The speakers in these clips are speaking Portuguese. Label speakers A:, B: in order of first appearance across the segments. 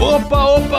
A: Opa, opa,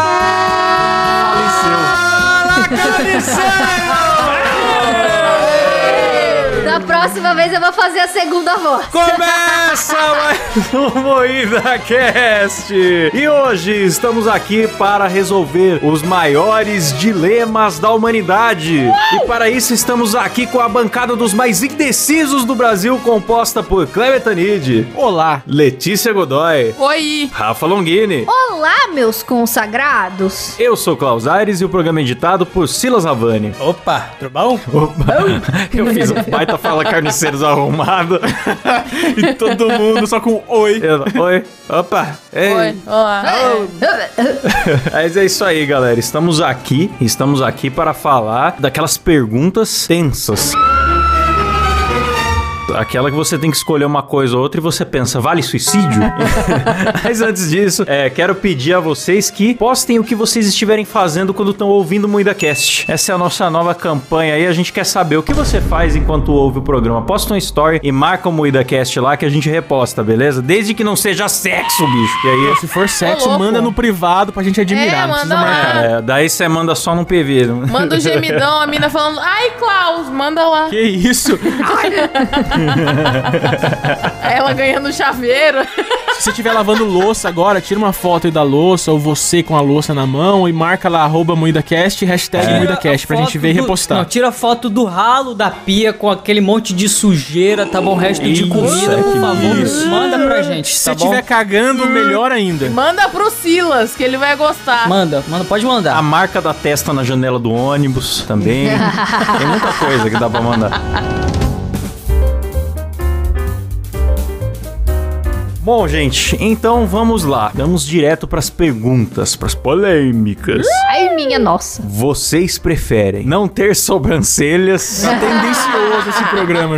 B: Da próxima vez eu vou fazer a segunda voz.
A: Começa mais um Moída Cast! E hoje estamos aqui para resolver os maiores dilemas da humanidade. E para isso estamos aqui com a bancada dos mais indecisos do Brasil, composta por Cleber Tanid,
C: Olá!
A: Letícia Godoy,
D: Oi!
A: Rafa Longini.
B: Olá, meus consagrados!
A: Eu sou Klaus Aires e o programa é editado por Silas Havani.
C: Opa, tudo bom?
A: Opa, eu fiz um baita fala carniceiros arrumado.
C: E todo mundo só com oi.
A: Eu- Oi. Opa. Ei.
D: Oi! Olá!
A: Mas é isso aí, galera. Estamos aqui, estamos aqui para falar daquelas perguntas tensas. Aquela que você tem que escolher uma coisa ou outra e você pensa, vale suicídio? Mas antes disso, é, quero pedir a vocês que postem o que vocês estiverem fazendo quando estão ouvindo o MuidaCast. Essa é a nossa nova campanha aí. A gente quer saber o que você faz enquanto ouve o programa. Posta um story e marca o MuidaCast lá que a gente reposta, beleza? Desde que não seja sexo, bicho. E aí
C: Se for sexo,
D: louco.
C: manda no privado pra gente admirar.
D: É,
C: não precisa
D: manda lá.
C: marcar.
A: É, daí você manda só num PV. né?
D: Manda o gemidão, a mina falando, ai, Klaus, manda lá.
C: Que isso?
D: Aí Ela ganhando o chaveiro.
C: Se você estiver lavando louça agora, tira uma foto aí da louça, ou você com a louça na mão, e marca lá, arroba MoídaCast, hashtag MoídaCast, pra gente ver e
E: Foto do-
C: repostar.
E: Não, tira foto do ralo da pia com aquele monte de sujeira, tá bom? Resto
A: Isso,
E: de comida,
A: que
E: por favor,
A: isso.
E: manda pra gente,
C: é Se
E: tá
C: você
E: bom?
C: estiver cagando, melhor ainda.
D: Manda pro Silas, que ele vai gostar.
E: Manda, manda, pode mandar.
A: A marca da testa na janela do ônibus também. Tem muita coisa que dá pra mandar. Bom, gente, então vamos lá. Vamos direto pras perguntas, pras polêmicas.
B: Ai, minha nossa.
A: Vocês preferem não ter sobrancelhas?
C: Tá tendencioso esse programa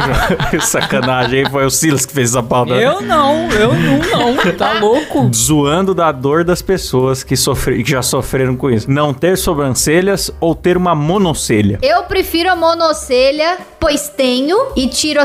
C: já.
A: Sacanagem, aí foi o Silas que fez essa pauta. né?
E: Eu não, eu não, não, tá louco?
A: Zoando da dor das pessoas que, sofre- que já sofreram com isso. Não ter sobrancelhas ou ter uma monocelha?
B: Eu prefiro a monocelha, pois tenho, e tiro a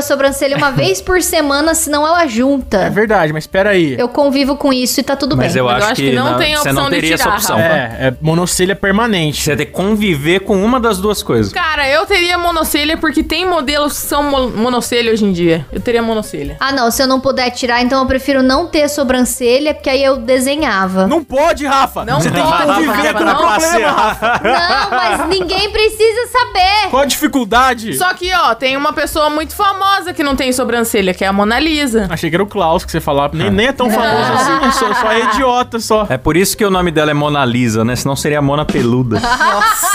B: sobrancelha uma vez por semana, senão ela
C: É
B: junta.
C: verdade, mas pera aí.
B: Eu convivo com isso e tá tudo
A: Mas
B: bem.
A: eu
D: Mas
A: acho, que, não
D: tem a
A: você
D: opção
A: não
D: de
A: teria essa
D: tirar,
A: opção.
C: É, é monocelha permanente.
A: Você tem que conviver com uma das duas coisas.
D: Cara, eu teria monocelha porque tem modelos que são mo- monocelha hoje em dia. Eu teria monocelha.
B: Ah, não, se eu não puder tirar, então eu prefiro não ter sobrancelha, porque aí eu desenhava.
C: Não pode, Rafa!
D: Não
C: você
D: pode,
C: tem que conviver
D: Rafa,
C: com o
D: não
C: problema, Rafa.
B: Não, mas ninguém precisa saber.
C: Qual a dificuldade?
D: Só que, ó, tem uma pessoa muito famosa que não tem sobrancelha, que é a Mona Lisa.
C: Achei que era o Klaus que você falava. Nem, nem é tão famoso assim, só, só é idiota só.
A: É por isso que o nome dela é Mona Lisa, né? Senão seria Mona Peluda. é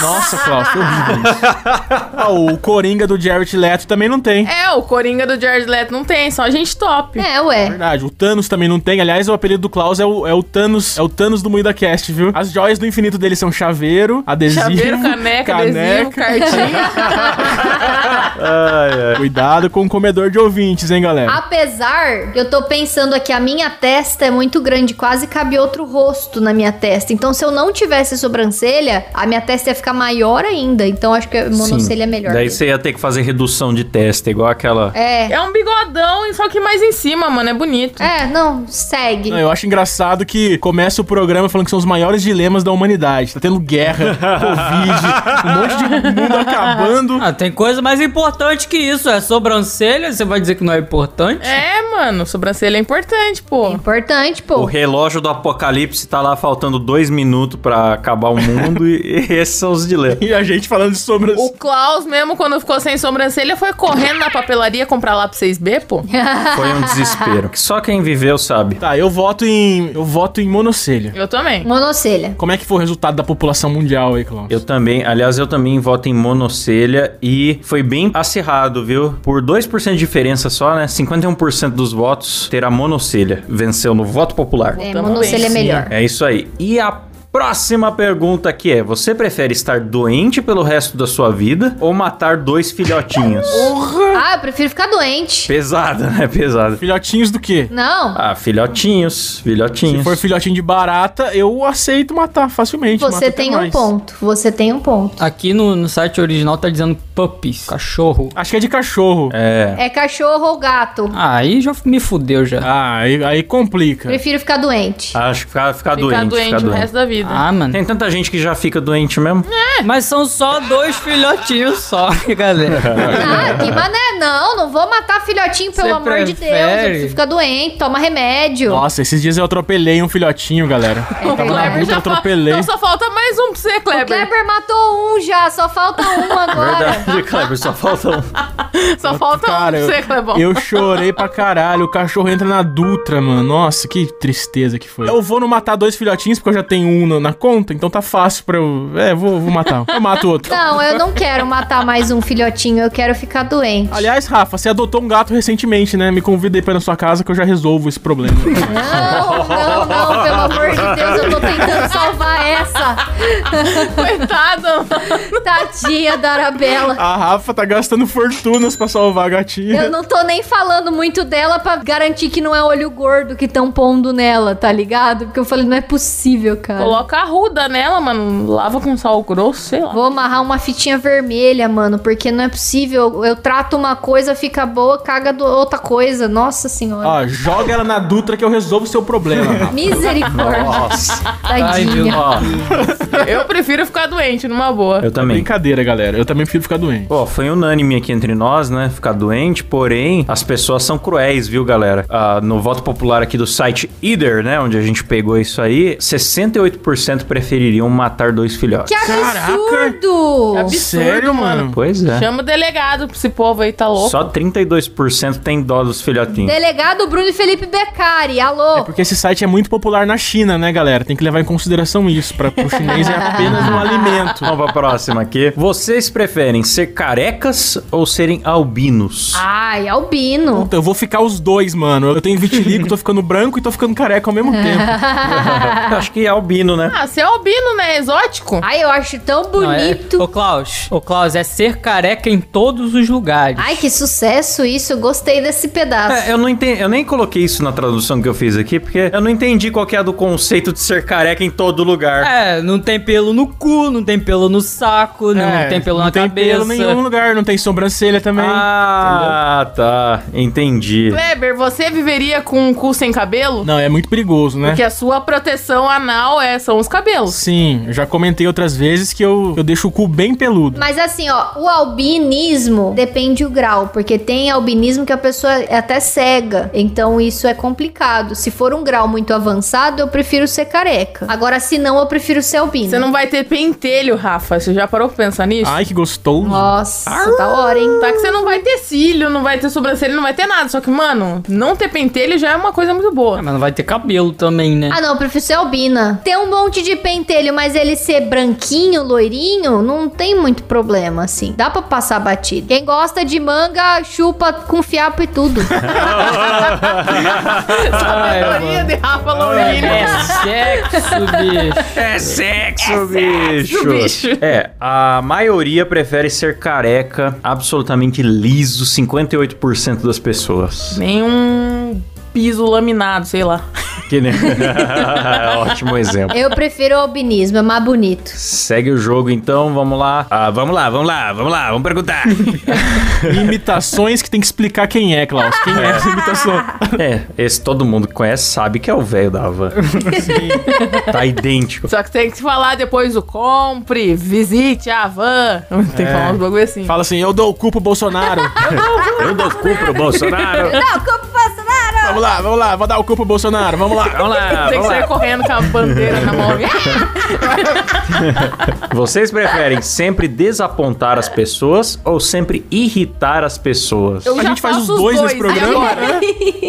C: Nossa, Klaus, que horrível isso. Ah, o Coringa do Jared Leto também não tem.
D: É, o Coringa do Jared Leto não tem, só gente top.
B: É, ué.
C: Verdade, o Thanos também não tem. Aliás, o apelido do Klaus é o, é o Thanos, é o Thanos do Moída Cast, viu? As joias do infinito dele são chaveiro, adesivo,
D: Chaveiro, caneca, adesivo, cartinha.
A: Ai, ai.
C: Cuidado com o comedor de ouvintes, hein, galera?
B: Apesar que eu tô pensando aqui, a minha testa é muito grande, quase cabe outro rosto na minha testa. Então, se eu não tivesse sobrancelha, a minha testa ia ficar maior ainda. Então, acho que a monocelha é melhor.
A: Daí
B: mesmo.
A: você ia ter que fazer redução de testa, igual aquela.
B: É.
D: É um bigodão, só que mais em cima, mano. É bonito.
B: É, não, segue.
C: Não, eu acho engraçado que começa o programa falando que são os maiores dilemas da humanidade. Tá tendo guerra, Covid, um monte de mundo acabando.
E: Ah, tem coisa mais importante que isso. É sobrancelha, você vai dizer que não é importante?
D: É, mano, sobrancelha é importante, pô.
B: Importante,
A: O
B: pô.
A: relógio do apocalipse tá lá faltando dois minutos pra acabar o mundo e, e esses são os dilemas.
C: E a gente falando de
D: O
C: sobrancelha.
D: Klaus mesmo, quando ficou sem sobrancelha, foi correndo na papelaria comprar lá pra 6B, pô.
A: Foi um desespero. Que Só quem viveu sabe.
C: Tá, eu voto em. Eu voto em monocelha.
D: Eu também.
B: Monocelha.
C: Como é que foi o resultado da população mundial aí, Cláudio?
A: Eu também, aliás, eu também voto em monocelha e foi bem acirrado, viu? Por 2% de diferença só, né? 51% dos votos terá monocelha. Venceu no voto popular.
B: É,
D: Tamo
B: monocelha é
D: bem, sim.
B: melhor.
A: É isso aí. E a próxima pergunta aqui é: você prefere estar doente pelo resto da sua vida ou matar dois filhotinhos?
B: Ah, eu prefiro ficar doente.
A: Pesada, né? Pesada.
C: Filhotinhos do quê?
B: Não.
A: Ah, filhotinhos,
C: Se
A: filhotinhos.
C: for filhotinho de barata, eu aceito matar facilmente. mato
B: Você
C: até
B: tem um
C: mais.
B: ponto. Você tem um ponto.
E: Aqui no, no site original tá dizendo puppies, cachorro.
C: Acho que é de cachorro.
A: É.
B: É cachorro ou gato?
E: Ah, aí já me fudeu já.
C: Ah, aí, aí complica.
B: Prefiro ficar doente.
A: Acho que ficar, ficar
D: Ficar
A: doente,
D: doente,
A: ficar
D: o
A: doente.
D: resto da vida.
E: Ah, mano. É,
A: Tem tanta gente que já fica doente mesmo.
E: Mas são só dois filhotinhos só, galera.
B: Ah, que mané, não. Não vou matar filhotinho, pelo
E: Você
B: amor de Deus. Eu
E: prefere?
B: preciso ficar doente, toma remédio.
C: Nossa, esses dias eu atropelei um filhotinho, galera.
B: É.
D: o
C: Tava na
D: Kleber
C: puta,
D: já fa-
C: atropelei.
D: Então só falta mais um pra você,
B: O
D: Kleber.
B: Kleber matou um já, só falta um agora.
A: Verdade, Kleber, só falta um.
D: Só falta
C: Cara,
D: um pra você,
C: eu,
D: Clebão.
C: eu chorei pra caralho. O cachorro entra na Dutra, mano. Nossa, que tristeza que foi. Eu vou não matar dois filhotinhos, porque eu já tenho um na, na conta, então tá fácil pra eu. É, vou, vou matar. um. Eu mato outro.
B: Não, eu não quero matar mais um filhotinho, eu quero ficar doente.
C: Aliás, Rafa, você adotou um gato recentemente, né? Me convida aí pra ir na sua casa que eu já resolvo esse problema.
B: Não, não, não, pelo amor de Deus, eu tô tentando salvar essa.
D: Coitado.
B: Tadinha da Arabella.
C: A Rafa tá gastando fortunas pra salvar a gatinha.
B: Eu não tô nem falando muito dela pra garantir que não é olho gordo que tão pondo nela, tá ligado? Porque eu falei, não é possível, cara.
D: Coloca a ruda nela, mano. Lava com sal grosso, sei lá.
B: Vou amarrar uma fitinha vermelha, mano, porque não é possível. Eu trato uma coisa, fica boa, caga do outra coisa. Nossa senhora.
C: Ó, joga ela na Dutra que eu resolvo o seu problema. Rafa.
B: Misericórdia.
A: Nossa.
E: Ai, meu
B: Tadinha.
A: Ó,
D: Eu prefiro ficar doente, numa boa.
A: eu também.
C: Brincadeira, galera. Eu também prefiro ficar doente.
A: Pô, Tá foi unânime aqui entre nós, né? Ficar doente, porém, as pessoas são cruéis, viu, galera? Ah, no voto popular aqui do site Either, né? Onde a gente pegou isso aí, 68% prefeririam matar dois filhotes.
B: Que absurdo!
D: Absurdo,
C: Sério, mano?
A: Pois é.
D: Chama o delegado pra esse povo aí, tá louco.
A: Só 32% tem dó dos filhotinhos.
B: Delegado Bruno e Felipe Beccari,
C: É
B: alô?
C: porque esse site é muito popular na China, né, galera? Tem que levar em consideração isso. Para o chinês é apenas um alimento.
A: Vamos pra próxima aqui. Vocês preferem ser carecas ou serem albinos?
B: Ai, albino.
C: Puta, eu vou ficar os dois, mano. Eu tenho vitiligo, tô ficando branco e tô ficando careca ao mesmo tempo.
A: Eu Acho que é albino, né?
D: Ah, você é albino, né? Exótico.
C: Ah,
B: Ai, eu acho tão
E: Não, é-
B: bonito.
E: Ô, Klaus, ô, Klaus, é ser careca em todos os lugares.
B: Ai, que sucesso isso. eu Gostei desse pedaço.
A: É, eu não entendi, eu nem coloquei isso na tradução que eu fiz aqui, porque eu não entendi qual que é do conceito de ser careca em todo lugar.
E: É, não tem pelo no cu, não tem pelo no saco, não,
C: É,
E: tem pelo na
C: Não tem
E: cabeça.
C: pelo em nenhum lugar, não tem sobrancelha também.
A: Ah, tá. Entendi.
D: Kleber, você viveria com um cu sem cabelo?
C: Não, é muito perigoso, né?
D: Porque a sua proteção anal é, são os cabelos.
C: Sim, eu já comentei outras vezes que eu, eu deixo o cu bem peludo.
B: Mas assim, ó, o albinismo depende do grau, porque tem albinismo que a pessoa é até cega. Então isso é complicado. Se for um grau muito avançado, eu prefiro ser careca. Agora, se não, eu prefiro ser albino.
D: Você não vai ter pentelho, Rafa. Você já parou pra pensar nisso?
C: Ai, que gostoso.
B: Nossa, da hora, hein?
D: Tá que você não vai ter cílio, não vai ter sobrancelha, não vai ter nada. Só que, mano, não ter pentelho já é uma coisa muito
E: Ah,
D: boa.
E: mas não vai ter cabelo também, né?
B: Ah, não, eu prefiro ser albina. Ter um monte de pentelho, mas ele ser branquinho, loirinho, não tem muito problema, assim. Dá pra passar batido. Quem gosta de de manga, chupa com fiapo e tudo.
E: Ah,
D: Sabedoria de Rafa né? Longini.
E: É sexo, bicho.
A: É sexo, bicho.
D: sexo, bicho.
A: É, a maioria prefere ser careca, absolutamente liso, 58% das pessoas.
D: Nenhum piso laminado, sei lá.
A: Que nem... Ótimo exemplo.
B: Eu prefiro o albinismo, é mais bonito.
A: Segue o jogo então, vamos lá. Ah, vamos lá, vamos lá, vamos lá, vamos perguntar.
C: Imitações que tem que explicar quem é, Klaus. Quem é essa imitação?
A: é, esse todo mundo que conhece sabe que é o velho da Havan. Tá idêntico.
D: Só que tem que falar depois o compre, visite a van. Tem que falar uns bagulho assim.
C: Fala assim, eu dou o cu pro Bolsonaro.
A: Eu dou cu pro Bolsonaro.
B: Não, como Bolsonaro!
C: vamos lá, vamos lá, vou dar o cu pro Bolsonaro, vamos lá.
A: Vamos lá,
D: tem que
A: vamos
D: sair
A: lá.
D: correndo com a bandeira na mão.
A: Vocês preferem sempre desapontar as pessoas ou sempre irritar as pessoas?
D: Eu
C: A
D: já
C: gente faz os
D: faço
C: dois nesse
D: e
B: né?
C: programa?
D: agora?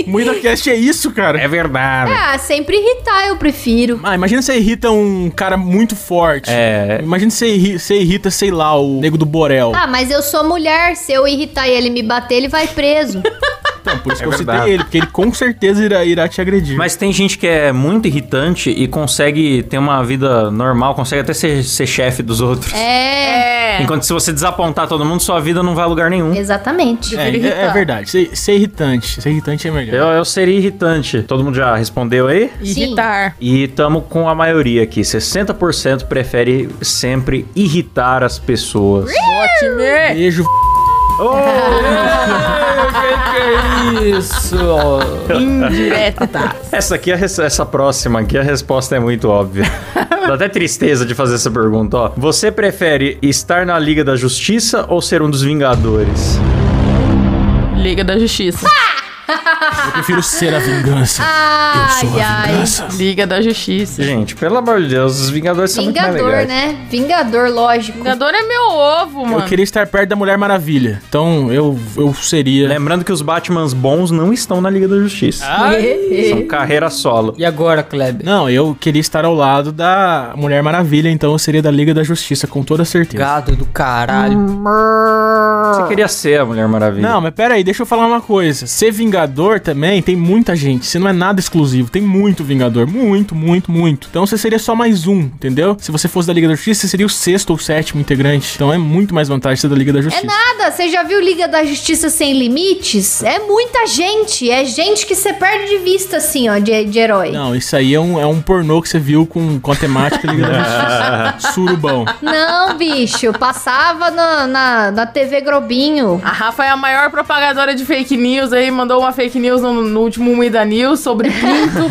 C: Muita cast é isso, cara.
A: É verdade.
B: Ah, sempre irritar, eu prefiro.
C: Ah, imagina você irrita um cara muito forte.
A: É.
C: Imagina você, irri- você irrita, sei lá, o nego do Borel.
B: Ah, mas eu sou mulher, se eu irritar e ele me bater, ele vai preso.
C: Então, por isso
A: é
C: que eu
A: verdade.
C: citei ele, porque ele com certeza irá, irá te agredir.
A: Mas tem gente que é muito irritante e consegue ter uma vida normal, consegue até ser, ser chefe dos outros.
B: É,
D: É.
A: Enquanto se você desapontar todo mundo, sua vida não vai a lugar nenhum.
B: exatamente.
C: é,
D: prefiro
C: é-
D: irritar.
C: é verdade, ser, ser irritante. Ser irritante é melhor.
A: Eu, eu seria irritante. Todo mundo já respondeu aí?
D: Irritar.
A: E tamo com a maioria aqui. 60% prefere sempre irritar as pessoas. Oh,
D: Ótimo.
C: Beijo,
E: Que É isso, ó. Hum.
D: Indiretas.
A: Essa aqui, é res- essa próxima aqui, a resposta é muito óbvia. Dá até tristeza de fazer essa pergunta, ó. Você prefere estar na Liga da Justiça ou ser um dos Vingadores?
D: Liga da Justiça.
C: eu prefiro ser a vingança. eu sou
B: Ai,
C: a
B: ai.
C: vingança.
D: Liga da Justiça.
A: Gente, pelo amor de Deus, os Vingadores são muito mais
B: Vingador,
A: legais.
B: né? Vingador, lógico.
D: Vingador é meu ovo, mano.
C: Eu queria estar perto da Mulher Maravilha. Então eu, eu seria.
A: Lembrando que os Batmans bons não estão na Liga da Justiça. São carreira solo.
E: E agora, Kleber?
C: Não, eu queria estar ao lado da Mulher Maravilha, então eu seria da Liga da Justiça, com toda certeza.
E: Gado do
B: Hum.
E: caralho.
B: Ah.
A: Você queria ser a Mulher Maravilha.
C: Não, mas pera aí, deixa eu falar uma coisa. Ser Vingador também tem muita gente. Você não é nada exclusivo. Tem muito Vingador. Muito, muito, muito. Então você seria só mais um, entendeu? Se você fosse da Liga da Justiça, você seria o sexto ou sétimo integrante. Então é muito mais vantagem ser da Liga da
B: É
C: Justiça.
B: nada, você já viu Liga da Justiça Sem Limites? É muita gente, é gente que você perde de vista, assim, ó, de, de herói. Não.
C: Não, isso aí é um, é um pornô que você viu com, com a temática Liga da Justiça. Surubão.
B: bicho, passava na, na, na TV Grobinho.
D: A Rafa é a maior propagadora de fake news aí, mandou uma fake news no, no último Muida News sobre pinto.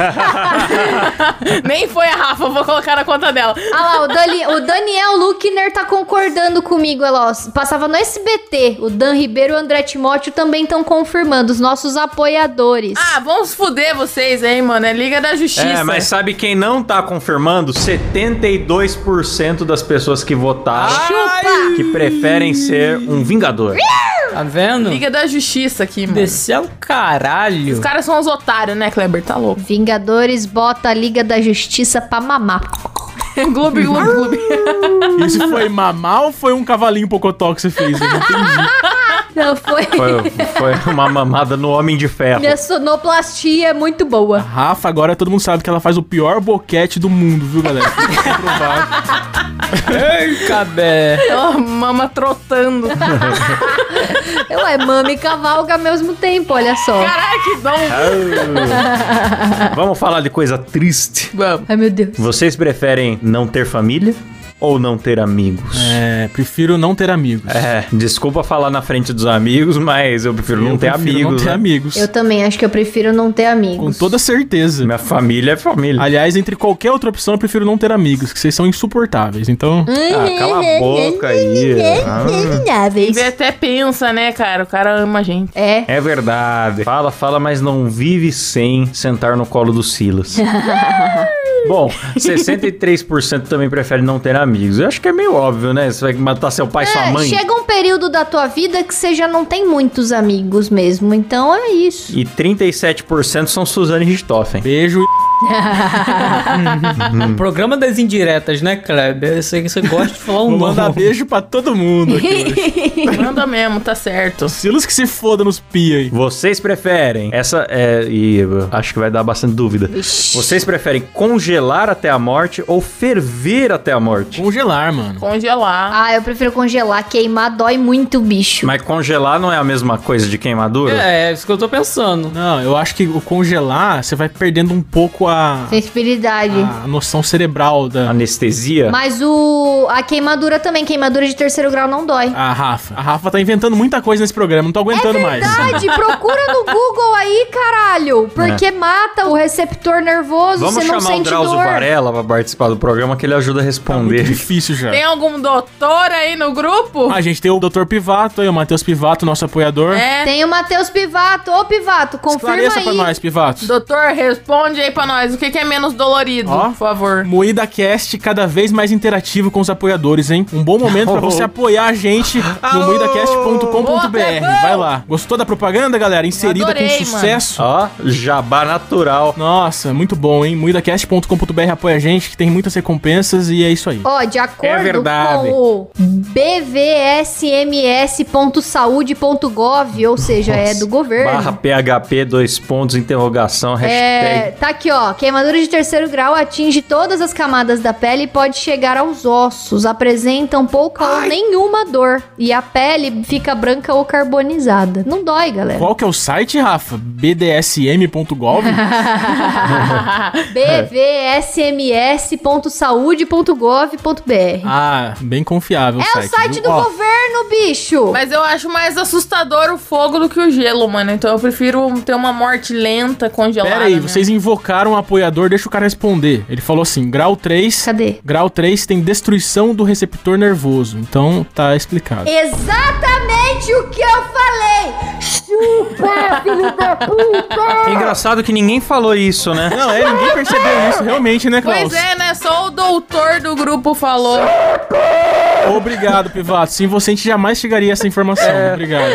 D: Nem foi a Rafa, vou colocar na conta dela.
B: Ah lá, o, Dani- o Daniel Luckner tá concordando comigo, ela, ó, passava no SBT. O Dan Ribeiro e o André Timóteo também estão confirmando, os nossos apoiadores.
D: Ah, vamos fuder vocês, hein, mano. É Liga da Justiça.
A: É, mas sabe quem não tá confirmando? 72% das pessoas que votaram que preferem ser um Vingador.
E: Tá vendo?
D: Liga da Justiça aqui, mano.
E: Descer o caralho.
D: Os caras são os otários, né, Kleber? Tá louco.
B: Vingadores bota a Liga da Justiça pra mamar.
D: gloob, gloob, gloob.
C: Isso foi mamar ou foi um cavalinho pocotó que você fez? Eu não entendi.
B: Não foi?
A: Foi, foi uma mamada no Homem de Ferro.
B: Minha sonoplastia é muito boa.
C: Rafa, agora todo mundo sabe que ela faz o pior boquete do mundo, viu, galera?
E: Ei, cabé.
D: Ó, mama trotando.
B: Ué, mama é, e cavalga ao mesmo tempo, olha só.
D: Caralho, que dom.
A: Ah. Vamos falar de coisa triste.
D: Vamos.
B: Ai, meu Deus.
A: Vocês preferem não ter família ou não ter amigos?
C: É, prefiro não ter amigos.
A: É, desculpa falar na frente dos amigos, mas eu prefiro não
C: Eu
A: ter
C: prefiro
A: amigos.
C: Não ter
A: né?
C: amigos.
B: Eu também acho que eu prefiro não ter
C: Com
B: amigos.
C: toda certeza.
A: Minha família é família.
C: Aliás, entre qualquer outra opção, eu prefiro não ter amigos, que vocês são insuportáveis. Então,
B: Hum?
A: Ah,
B: Uhum.
A: cala a boca aí. Ah,
D: Ele até pensa, né, cara? O cara ama a gente.
B: É.
A: é verdade. Fala, fala, mas não vive sem sentar no colo do Silas. Bom, 63% também prefere não ter amigos. Eu acho que é meio óbvio, né? Você vai matar seu pai e sua
B: É,
A: mãe.
B: chega um período da tua vida que você já não tem muitos amigos mesmo. Então é isso.
A: E 37% são Suzane Richthofen.
C: beijo. Hum.
E: Programa das indiretas, né, Kleber? Eu sei que você gosta de falar um
C: Vou
E: nome.
C: mandar beijo pra todo mundo aqui hoje.
D: Manda mesmo, tá certo.
C: Silas que se foda nos pia aí.
A: Vocês preferem. Essa é. E eu acho que vai dar bastante dúvida. Vocês preferem congelar até a morte ou ferver até a morte?
C: Congelar, mano.
D: Congelar.
B: Ah, eu prefiro congelar. Queimar dói muito o bicho.
A: Mas congelar não é a mesma coisa de queimadura?
E: É, é isso que eu tô pensando.
C: Não, eu acho que o congelar, você vai perdendo um pouco a,
B: Sensibilidade.
A: Ah.
C: a noção cerebral da.
A: Anestesia?
B: Mas o a queimadura também, queimadura de terceiro grau não dói. É
C: A Rafa. A Rafa tá inventando muita coisa nesse programa, não tô
A: Ah,
C: aguentando mais.
B: Verdade, procura no Google aí, caralho, porque mata o receptor nervoso,
A: É. Vamos
B: você não
A: chamar o
B: sente
A: Drauzio
B: dor.
A: Varela pra participar do programa que ele ajuda a
C: É Muito
A: responder.
C: difícil já.
D: Tem algum doutor aí no grupo?
C: Ah, A gente tem o Dr. Pivato aí, o Matheus Pivato, nosso apoiador.
D: É.
B: Tem o Matheus Pivato, ô Pivato, confirma
C: Esclareça
B: aí.
C: pra nós, Pivato.
D: Doutor, responde aí pra nós. O que, que é menos dolorido,
C: Ó.
D: por favor?
C: Moída Cast cada vez mais interativo com os apoiadores, hein? Um bom momento pra você apoiar a gente no
A: Alô!
D: Boa,
C: moidacast.com.br.
D: Pepão!
C: Vai lá. Gostou da propaganda, galera? Inserida
D: Adorei,
C: com
D: mano.
C: sucesso.
A: Ó, jabá natural.
C: Nossa, muito bom, hein? Moidacast.com.br apoia a gente, que tem muitas recompensas e é isso aí.
B: Ó, de acordo
A: verdade.
B: com o bvsms.saude.gov, ou seja, é do governo.
A: Barra PHP, dois pontos, interrogação,
B: É,
A: hashtag.
B: tá aqui, ó. Queimadura de terceiro grau atinge todas as camadas da pele e pode chegar aos ossos. Apresentam pouca ou nenhuma dor. E a pele fica branca ou carbonizada. Não dói, galera.
C: Qual que é o site, Rafa? bdsm.gov?
B: bvsms.saude.gov.br
C: ah, bem confiável o
B: É o
C: site.
B: site
C: viu?
B: do
C: Ó,
B: governo, bicho!
D: Mas eu acho mais assustador o fogo do que o gelo, mano. Então eu prefiro ter uma morte lenta, congelada.
C: Pera aí,
D: mesmo.
C: vocês invocaram o apoiador, deixa o cara responder. Ele falou assim, grau 3...
B: Cadê?
C: Grau 3 tem destruição do receptor nervoso, então tá explicado.
B: Exatamente o que eu falei! Chupa, filho da puta!
A: É engraçado que ninguém falou isso, né?
C: Não, é, ninguém percebeu isso, realmente, né, Klaus?
D: Pois é, né? Só o doutor do grupo falou.
C: Obrigado, Pivato. Sem você, a gente jamais chegaria a essa informação.
A: É.
C: Obrigado.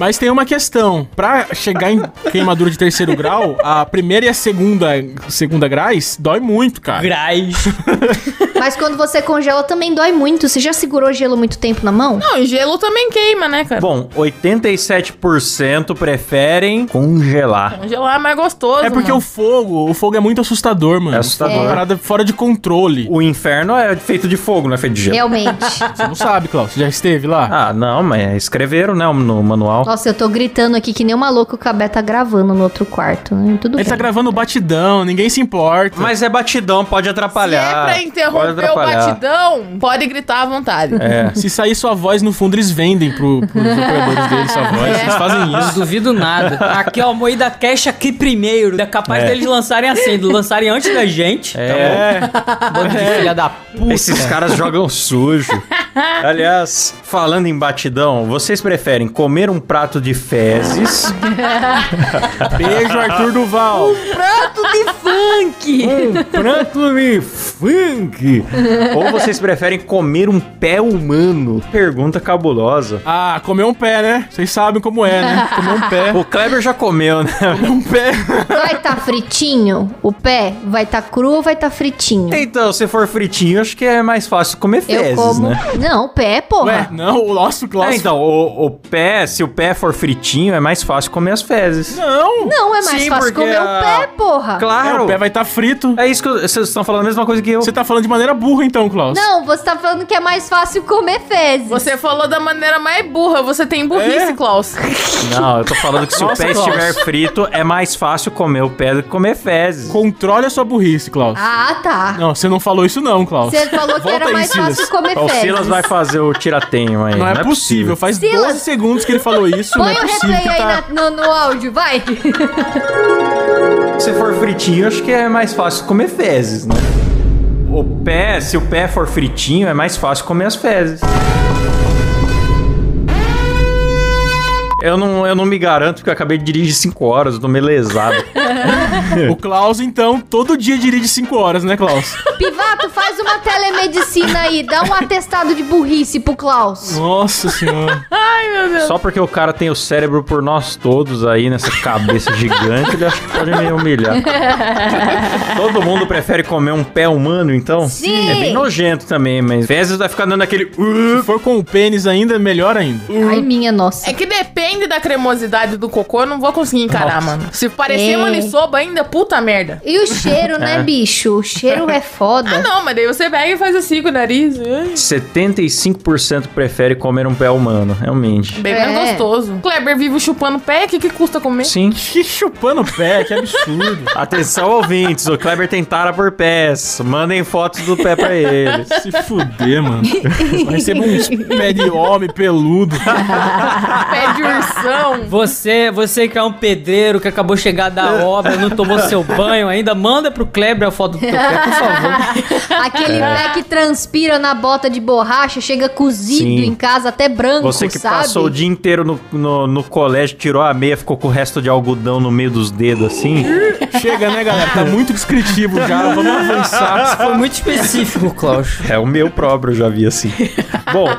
C: Mas tem uma questão. Pra chegar em queimadura de terceiro grau, a primeira e a segunda, segunda graus dói muito, cara.
E: Graz.
B: Mas quando você congela também dói muito. Você já segurou gelo muito tempo na mão?
D: Não, e gelo também queima, né, cara?
A: Bom, 87% preferem congelar.
D: Congelar é mais gostoso.
C: É porque
D: mano.
C: o fogo, o fogo é muito assustador, mano.
A: É assustador.
C: É uma parada fora de controle.
A: O inferno é feito de fogo, não é feito de gelo.
B: Realmente.
C: Você não sabe, Klaus. Você já esteve lá?
A: Ah, não, mas escreveram, né, no manual.
B: Nossa, eu tô gritando aqui que nem uma louca o Cabé tá gravando no outro quarto, né? Tudo
C: Ele tá
B: bem.
C: gravando o batidão, ninguém se importa.
A: Mas é batidão, pode
D: Se é
A: atrapalhar.
D: pra interromper o batidão, pode gritar à vontade.
A: É.
C: Se sair sua voz no fundo, eles vendem pro, pros operadores dele sua voz.
B: É.
C: Eles fazem
E: Não
C: isso.
E: duvido nada. Aqui, ó, Moída Cash aqui primeiro. É capaz
A: É.
E: deles lançarem assim, lançarem antes da gente.
C: Tá
A: É,
E: Bando de filha da puta.
A: esses caras jogam sujo. Aliás, falando em batidão, vocês preferem comer um prato de fezes,
C: Beijo, Arthur Duval.
A: um prato de funk, ou vocês preferem comer um pé humano? Pergunta cabulosa.
C: Ah, comer um pé, né? Vocês sabem como é, né? Comer um pé.
A: O Kleber já comeu, né?
C: Comer um pé.
B: Vai tá fritinho? O pé? Vai tá cru ou vai tá fritinho?
A: Então, se for fritinho, acho que é mais fácil comer
B: eu
A: fezes,
B: como.
A: né?
B: Não, o pé,
C: Ué,
B: porra.
C: não, o nosso Klaus.
A: É, então, o, o pé, se o pé for fritinho, é mais fácil comer as fezes.
C: Não!
B: Não, é mais
A: Sim,
B: fácil
A: porque
B: comer
A: a-
B: o pé, porra.
C: É,
A: Claro!
C: o pé vai estar frito.
A: É isso que eu- vocês estão falando a mesma coisa que eu.
C: Você tá falando de maneira burra, então, Klaus.
B: Não, você tá falando que é mais fácil comer fezes.
D: Você falou da maneira mais burra. Você tem burrice,
C: É?
D: Klaus.
A: Não, eu tô falando que se o
C: Nossa,
A: pé
C: Klaus.
A: estiver frito, é mais fácil comer o pé do que comer fezes.
C: Controle a sua burrice, Klaus.
B: Ah, tá.
C: Não, você não falou isso não, Klaus.
B: Você falou que
C: Volta
B: era
C: aí,
B: mais
C: Silas.
B: fácil comer
A: Ó, o Silas
B: fezes.
A: vai fazer o tiratenho aí.
C: Não, é, possível. Faz
B: Silas.
C: 12 segundos que ele falou isso. não
B: Põe
A: né?
C: é
B: o
C: possível
B: replay
C: que
B: aí
C: tá...
B: na- no, no áudio, vai.
A: Se for fritinho, acho que é mais fácil comer fezes, né? O pé, se o pé for fritinho, é mais fácil comer as fezes. Eu não, eu não me garanto, porque eu acabei de dirigir 5 horas, eu tô meio lesado.
C: O Klaus, então, todo dia dirige 5 horas, né, Klaus?
B: Pivato, faz uma telemedicina aí. Dá um atestado de burrice pro Klaus.
C: Nossa senhora.
A: Só porque o cara tem o cérebro por nós todos aí, nessa cabeça gigante, ele acha que pode me humilhar. Todo mundo prefere comer um pé humano, então?
B: Sim.
A: É bem nojento também, mas fezes vai ficar dando aquele...
C: Se for com o pênis ainda, melhor ainda.
A: Hum.
B: Ai, minha nossa.
D: É que depende da cremosidade do cocô, eu não vou conseguir encarar, mano. Se parecer
B: É.
D: maniçoba ainda, puta merda.
B: E o cheiro,
A: É.
B: né, bicho? O cheiro é foda.
D: Ah, não, mas daí você pega e faz assim com o nariz. ai.
A: 75% prefere comer um pé humano, realmente.
D: Bem
B: É.
D: mais gostoso. Kleber vive chupando pé, o que, que custa comer?
A: Sim.
C: Que chupando pé, que absurdo.
A: Atenção, ouvintes, o Kleber tem tara por pés. Mandem fotos do pé pra eles.
C: Se fuder, mano. Só recebo uns pé de homem peludo.
D: Pé de ursão.
E: Você, você que é um pedreiro que acabou de chegar da obra, não tomou seu banho ainda, manda pro Kleber a foto do teu pé, por favor.
A: É.
B: Aquele pé que transpira na bota de borracha, chega cozido
A: Sim.
B: em casa, até branco,
A: Você que
B: sabe?
A: passou o dia inteiro no, no, no colégio, tirou a meia, ficou com o resto de algodão no meio dos dedos, assim.
C: Chega, né, galera? Tá muito descritivo já. Vamos avançar.
E: Isso foi muito específico, Klaus.
A: É o meu próprio, eu já vi assim. Bom,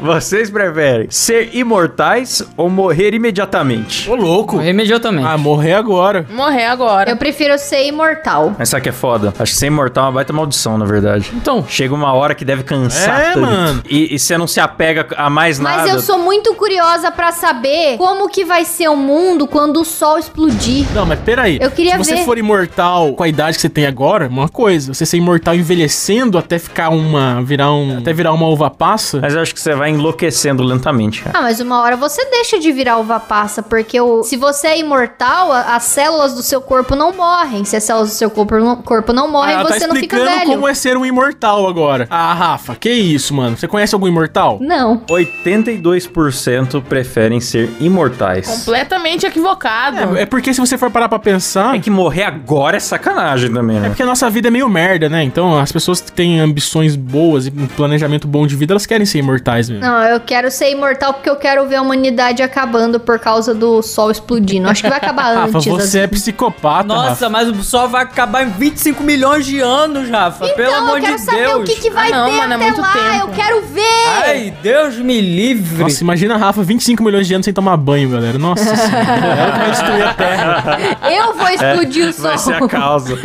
A: vocês preferem ser imortais ou morrer imediatamente?
C: Ô, louco.
E: Imediatamente.
C: Ah, morrer agora.
D: Morrer agora.
B: Eu prefiro ser imortal.
A: Essa aqui é foda. Acho que ser imortal é uma baita maldição, na verdade.
E: Então,
A: Chega uma hora que deve cansar
C: É,
A: tanto.
C: mano.
A: E, e você não se apega a mais nada.
B: Mas eu sou muito curiosa pra saber como que vai ser o mundo quando o sol explodir.
C: Não, mas peraí.
B: Eu queria
C: Se você
B: ver.
C: for imortal com a idade que você tem agora, é uma coisa. Você ser imortal envelhecendo até ficar uma. virar um. até virar uma uva passa.
A: Mas eu acho que você vai enlouquecendo lentamente, cara.
B: Ah, mas uma hora você deixa de virar uva passa, porque o- se você é imortal, a- as células do seu corpo não morrem. Se as células do seu corpo não, corpo não morrem,
C: Ah,
B: você
C: tá
B: não fica
C: explicando
B: velho.
C: como é ser um imortal agora. Ah, Rafa, que isso, mano. Você conhece algum imortal?
B: Não.
A: 82% preferem ser imortais.
D: Completamente equivocado.
C: É, é porque se você for parar pra pensar.
A: É que morrer agora é sacanagem também,
C: É
A: né?
C: porque a nossa vida é meio merda, né? Então, as pessoas que têm ambições boas e um planejamento bom de vida, elas querem ser imortais mesmo.
B: Não, eu quero ser imortal porque eu quero ver a humanidade acabando por causa do sol explodindo. Acho que vai acabar
C: Rafa,
B: antes.
C: você é
B: assim.
C: psicopata, Rafa.
E: nossa, mas o sol vai acabar em 25 milhões de anos, Rafa.
C: é-
E: pelo
B: Então,
E: amor
B: eu quero
E: de
B: saber
E: Deus.
B: o que, é. que vai
D: Ah, não,
B: ter
D: mano, é
B: até
D: muito
B: lá.
D: tempo.
B: Eu quero ver.
E: Ai, Deus me livre.
C: Nossa, imagina a Rafa 25 milhões de anos sem tomar banho, galera. Nossa senhora. Ela que vai destruir a Terra.
B: Eu
C: É,
B: vou explodir o sol.
A: Vai ser a causa.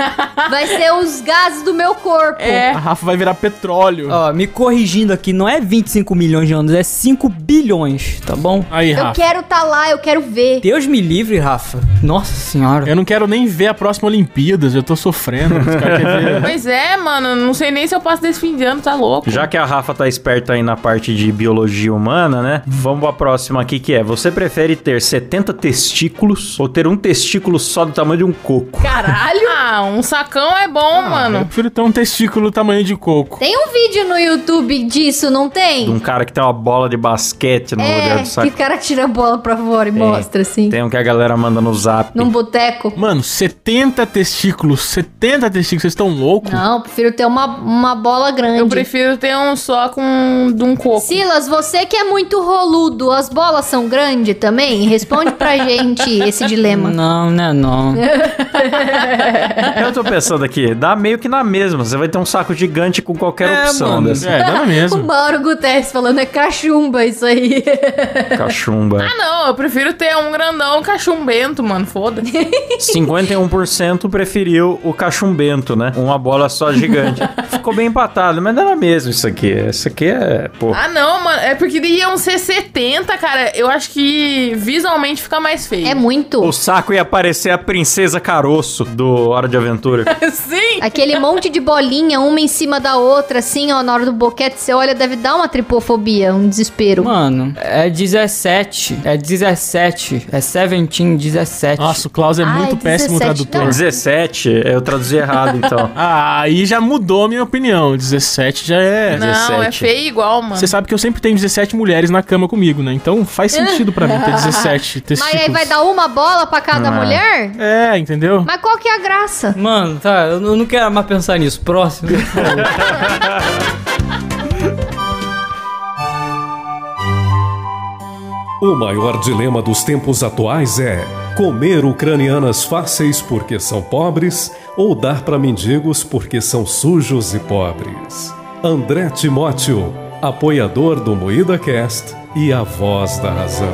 B: Vai ser os gases do meu corpo.
D: É.
C: A Rafa vai virar petróleo.
E: Ó, me corrigindo aqui, não é 25 milhões de anos, é 5 bilhões, tá bom?
C: Aí,
B: Eu
C: Rafa.
B: quero tá lá, eu quero ver.
E: Deus me livre, Rafa. Nossa senhora.
C: Eu não quero nem ver a próxima Olimpíadas, eu tô sofrendo. Os caras querem ver.
D: Pois é, mano. Não sei nem se eu passo desse fim de ano, tá louco.
A: Já que a Rafa tá esperta aí na parte de biologia humana, né? Vamos pra próxima aqui que é: você prefere ter 70 testículos ou ter um testículo só do tamanho de um coco?
D: Caralho. Ah, um sacão é bom,
C: Eu
D: mano.
C: prefiro ter um testículo tamanho de coco.
B: Tem um vídeo no YouTube disso, não
A: De um
B: tem?
A: cara que tem uma bola de basquete no lugar
B: É,
A: do
B: que
A: saco.
B: o cara tira a bola pra fora e mostra assim.
A: Tem um que a galera manda no zap.
B: Num boteco.
C: Mano, 70 testículos. 70 testículos, vocês estão loucos?
B: Não, prefiro ter uma, uma bola grande.
D: Eu prefiro ter um só com de um coco.
B: Silas, você que é muito roludo, as bolas são grandes também? Responde pra gente esse dilema.
E: Não, né, não.
A: Eu tô pensando aqui, dá meio que na mesma. Você vai ter um saco gigante com qualquer
E: É,
A: opção
E: mano.
A: dessa.
C: É, dá
B: O
C: mesmo.
B: Mauro Guterres falando é cachumba isso aí.
E: É.
A: Cachumba.
D: Ah, não. Eu prefiro ter um grandão cachumbento, mano. Foda-se.
A: 51% preferiu o cachumbento, né? Uma bola só gigante. Ficou bem empatado, mas não era mesmo isso aqui. Isso aqui é, pô.
D: ah, não, mano. É porque iam ser 70, cara. Eu acho que visualmente fica mais feio.
B: É muito.
A: O saco ia aparecer a princesa caroço do Hora de Aventura.
D: Sim.
B: Aquele monte de bolinha, uma em cima da outra, assim, ó, na hora do boquete, você olha, deve dar uma tripofobia, um desespero.
E: Mano, é 17. É 17. É 17, 17.
C: Nossa, o Klaus é
B: Ai,
C: muito péssimo
B: 17,
C: tradutor.
A: É
B: não.
A: 17, eu traduzi errado então.
C: Ah, aí já mudou a minha opinião. 17 já é.
D: Não, é
A: 17.
D: feio igual, mano.
C: Você sabe que eu sempre tenho 17 mulheres na cama comigo, né? Então faz sentido pra mim ter 17 testículos.
B: Mas aí vai dar uma bola pra cada
A: Ah.
B: mulher?
C: É, entendeu?
B: Mas qual que é a graça?
E: Mano, tá, eu não eu não quero mais pensar nisso. Próximo.
F: O maior dilema dos tempos atuais é comer ucranianas fáceis porque são pobres ou dar para mendigos porque são sujos e pobres. André Timóteo, apoiador do Moída Cast e a voz da razão.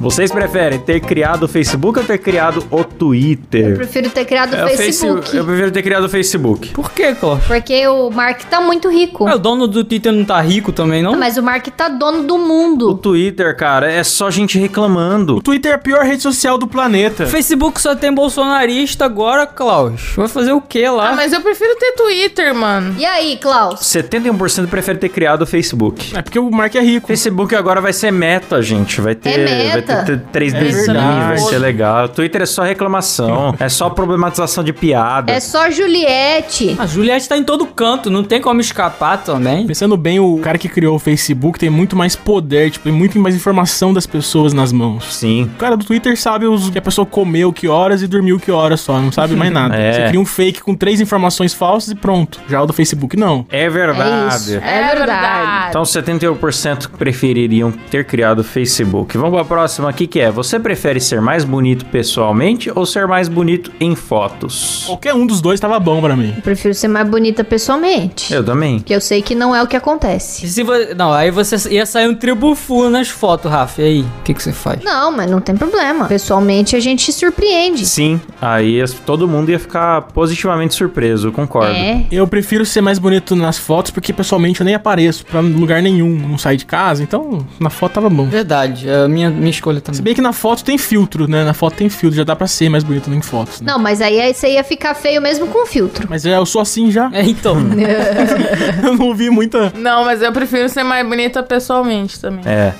A: Vocês preferem ter criado o Facebook ou ter criado o
B: Eu
A: Twitter?
B: prefiro ter criado
A: É,
B: o Facebook.
A: Face- Eu prefiro ter criado o Facebook.
E: Por que, Cláudio?
B: Porque o Mark tá muito rico.
E: Ah, o dono do Twitter não tá rico também, não?
B: Mas o Mark tá dono do
A: O
B: mundo.
A: Twitter, cara, é só gente reclamando.
C: O Twitter é a pior rede social do planeta.
E: O Facebook só tem bolsonarista agora, Klaus. Vai fazer o que lá?
D: Ah, mas eu prefiro ter Twitter, mano.
B: E aí, Klaus?
A: 71% prefere ter criado o Facebook.
C: É porque o Mark é rico.
A: Facebook agora vai ser meta, gente. Vai ter,
B: É meta.
A: Vai ter, ter 3
C: É
A: desenhos,
C: verdade.
A: vai ser legal. O Twitter é só reclamação, é só problematização de piada.
B: É só Juliette.
E: A Juliette tá em todo canto, não tem como escapar também.
C: Pensando bem, o cara que criou o Facebook tem muito mais poder, tipo, tem muito mais informação das pessoas nas mãos.
A: Sim.
C: O cara do Twitter sabe os, que a pessoa comeu que horas e dormiu que horas só, não sabe mais nada.
A: É.
C: Você cria um fake com três informações falsas e pronto. Já o do Facebook não.
A: É
B: É
A: verdade.
B: isso. É verdade.
A: Então 71% prefeririam ter criado o Facebook. Vamos pra próxima aqui que é: você prefere ser mais bonito pessoalmente ou ser mais bonito em fotos?
C: Qualquer um dos dois tava bom pra mim.
B: Eu prefiro ser mais bonita pessoalmente.
A: Eu também.
B: Que eu sei que não é o que acontece.
E: E se vo- Não, aí você ia sair um tribufu nas fotos, Rafa. E aí, o que, que você faz?
B: Não, mas não tem problema. Pessoalmente a gente surpreende.
A: Sim, aí as- todo mundo ia ficar positivamente surpreso, eu concordo.
B: É.
C: Eu prefiro ser mais bonito nas fotos porque pessoalmente eu nem apareço pra lugar nenhum, não saio de casa, então na foto tava bom.
E: Verdade, é a minha, minha escolha também.
C: Se bem que na foto tem filtro, né? Na foto tem filtro, já dá pra ser mais bonito em fotos. Né?
B: Não, mas aí aí você ia ficar feio mesmo com filtro.
C: Mas é, eu sou assim já.
E: É, então.
C: Eu não vi muita.
D: Não, mas eu prefiro ser mais bonita pessoalmente também.
A: É,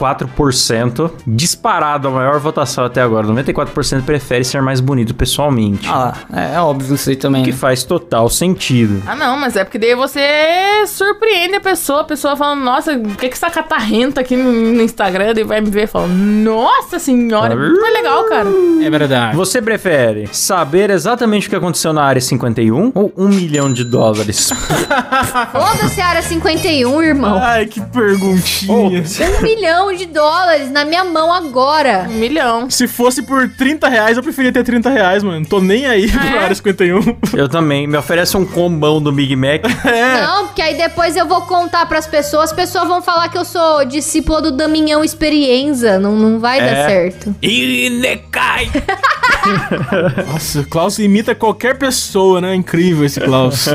A: 94%, disparado a maior votação até agora. 94% prefere ser mais bonito pessoalmente.
E: ah, é, é óbvio isso aí também.
A: O que
E: né?
A: faz total sentido.
D: Ah, não, mas é porque daí você surpreende a pessoa. A pessoa falando, nossa, por que, que essa catarrenta aqui no, no Instagram? E vai me ver falando, nossa senhora, é muito mais legal, cara.
C: É verdade.
A: Você prefere saber exatamente o que aconteceu na área 51 ou um milhão de dólares?
B: Foda-se a área 51, irmão.
A: Ah.
C: Ai, que perguntinha.
B: Um milhão de dólares na minha mão agora.
D: Um milhão.
C: Se fosse por 30 reais, eu preferia ter 30 reais, mano. Tô nem aí pra área 51.
A: Eu também. Me oferece um combão do Big Mac. É.
B: Não, porque aí depois eu vou contar pras pessoas, as pessoas vão falar que eu sou discípula do Damião Experienza. Não, não vai
A: É.
B: dar certo.
A: Inecai!
C: Nossa, o Klaus imita qualquer pessoa, né? Incrível esse Klaus.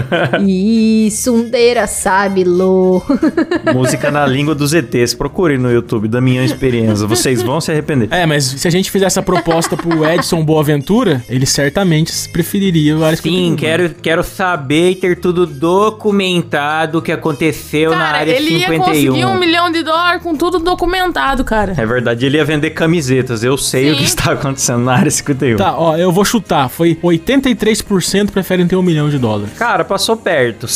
B: Ih, sundeira sabe, Lô.
A: Música na língua dos ETs. Procure no YouTube da minha experiência. Vocês vão se arrepender.
C: é, mas se a gente fizer essa proposta pro Edson Boaventura, ele certamente preferiria o área 51.
A: Sim,
C: mano.
A: quero, quero saber e ter tudo documentado o que aconteceu na
D: Cara,
A: área
D: ele ia
A: 51.
D: conseguir um milhão de dólares com tudo documentado, cara.
A: É verdade, ele ia vender camisetas. Eu sei o que
D: Sim.
A: está acontecendo na área 51.
C: Tá, ó, eu vou chutar. Foi 83% preferem ter um milhão de dólares.
A: Cara, passou perto,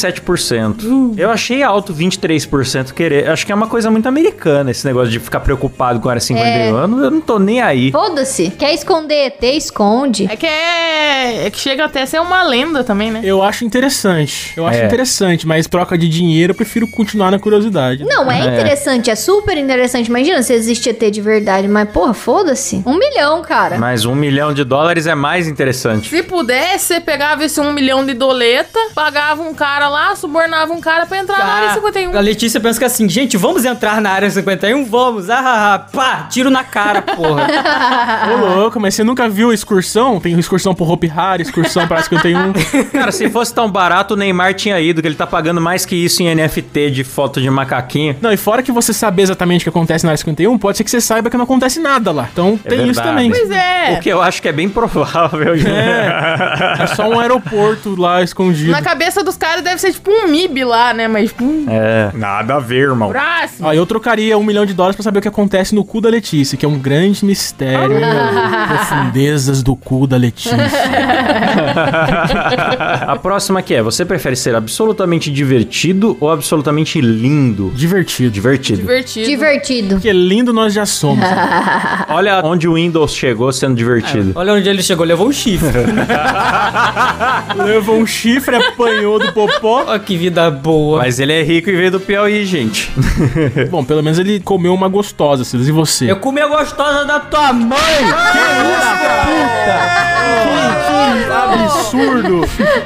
A: 77%. Eu achei alto 23% querer. Acho que é uma coisa muito americana esse negócio de ficar preocupado com a área 51. Eu não- Eu não tô nem aí.
B: Foda-se. Quer esconder ET? Esconde.
D: É que é, é que chega até a ser uma lenda também, né?
C: Eu acho interessante. Eu acho
A: É.
C: interessante, mas troca de dinheiro, eu prefiro continuar na curiosidade.
B: Não, é
A: É.
B: interessante, é super interessante. Imagina se existe ET de verdade, mas porra, foda-se. Um milhão, cara.
A: Mas um milhão de dólares é mais interessante.
D: Se pudesse, você pegava esse um milhão de doleta, pagava um cara lá, subornava um cara pra entrar na área 51.
E: ah, A Letícia pensa que assim, gente, vamos entrar na área 51? Vamos, ah, ah, ah, pá, tiro na cara, porra.
C: Ô, louco, mas você nunca viu a excursão? Tem excursão pro Hopi Hari, excursão pra 51.
A: Cara, se fosse tão barato, o Neymar tinha ido, que ele tá pagando mais que isso em NFT de foto de macaquinho.
C: Não, e fora que você saber exatamente o que acontece na área 51, pode ser que você saiba que não acontece nada lá. Então tem isso
A: verdade.
C: também.
D: Pois é.
A: O que eu acho que é bem provável.
C: É só um aeroporto lá escondido.
D: Na cabeça dos caras deve ser tipo um MIB lá, né? Mas tipo um
A: É. Nada a ver, irmão.
D: braço.
C: Ó, eu trocaria um milhão de dólares pra saber o que acontece no cu da Letícia, que é um grande mistério. profundezas do cu da Letícia.
A: A próxima que é: você prefere ser absolutamente divertido ou absolutamente lindo?
C: Divertido.
A: Divertido.
D: Divertido.
B: Divertido.
C: Que lindo nós já somos.
A: Olha onde o Windows chegou sendo divertido.
E: Olha onde ele chegou, levou um chifre.
C: Levou um chifre, apanhou do popó.
E: Olha que vida boa.
A: Mas ele é rico e veio do Piauí, gente.
C: Bom, pelo menos ele comeu uma gostosa, Silas. E você?
E: Eu comi a gostosa da tua mãe!
C: Absurdo!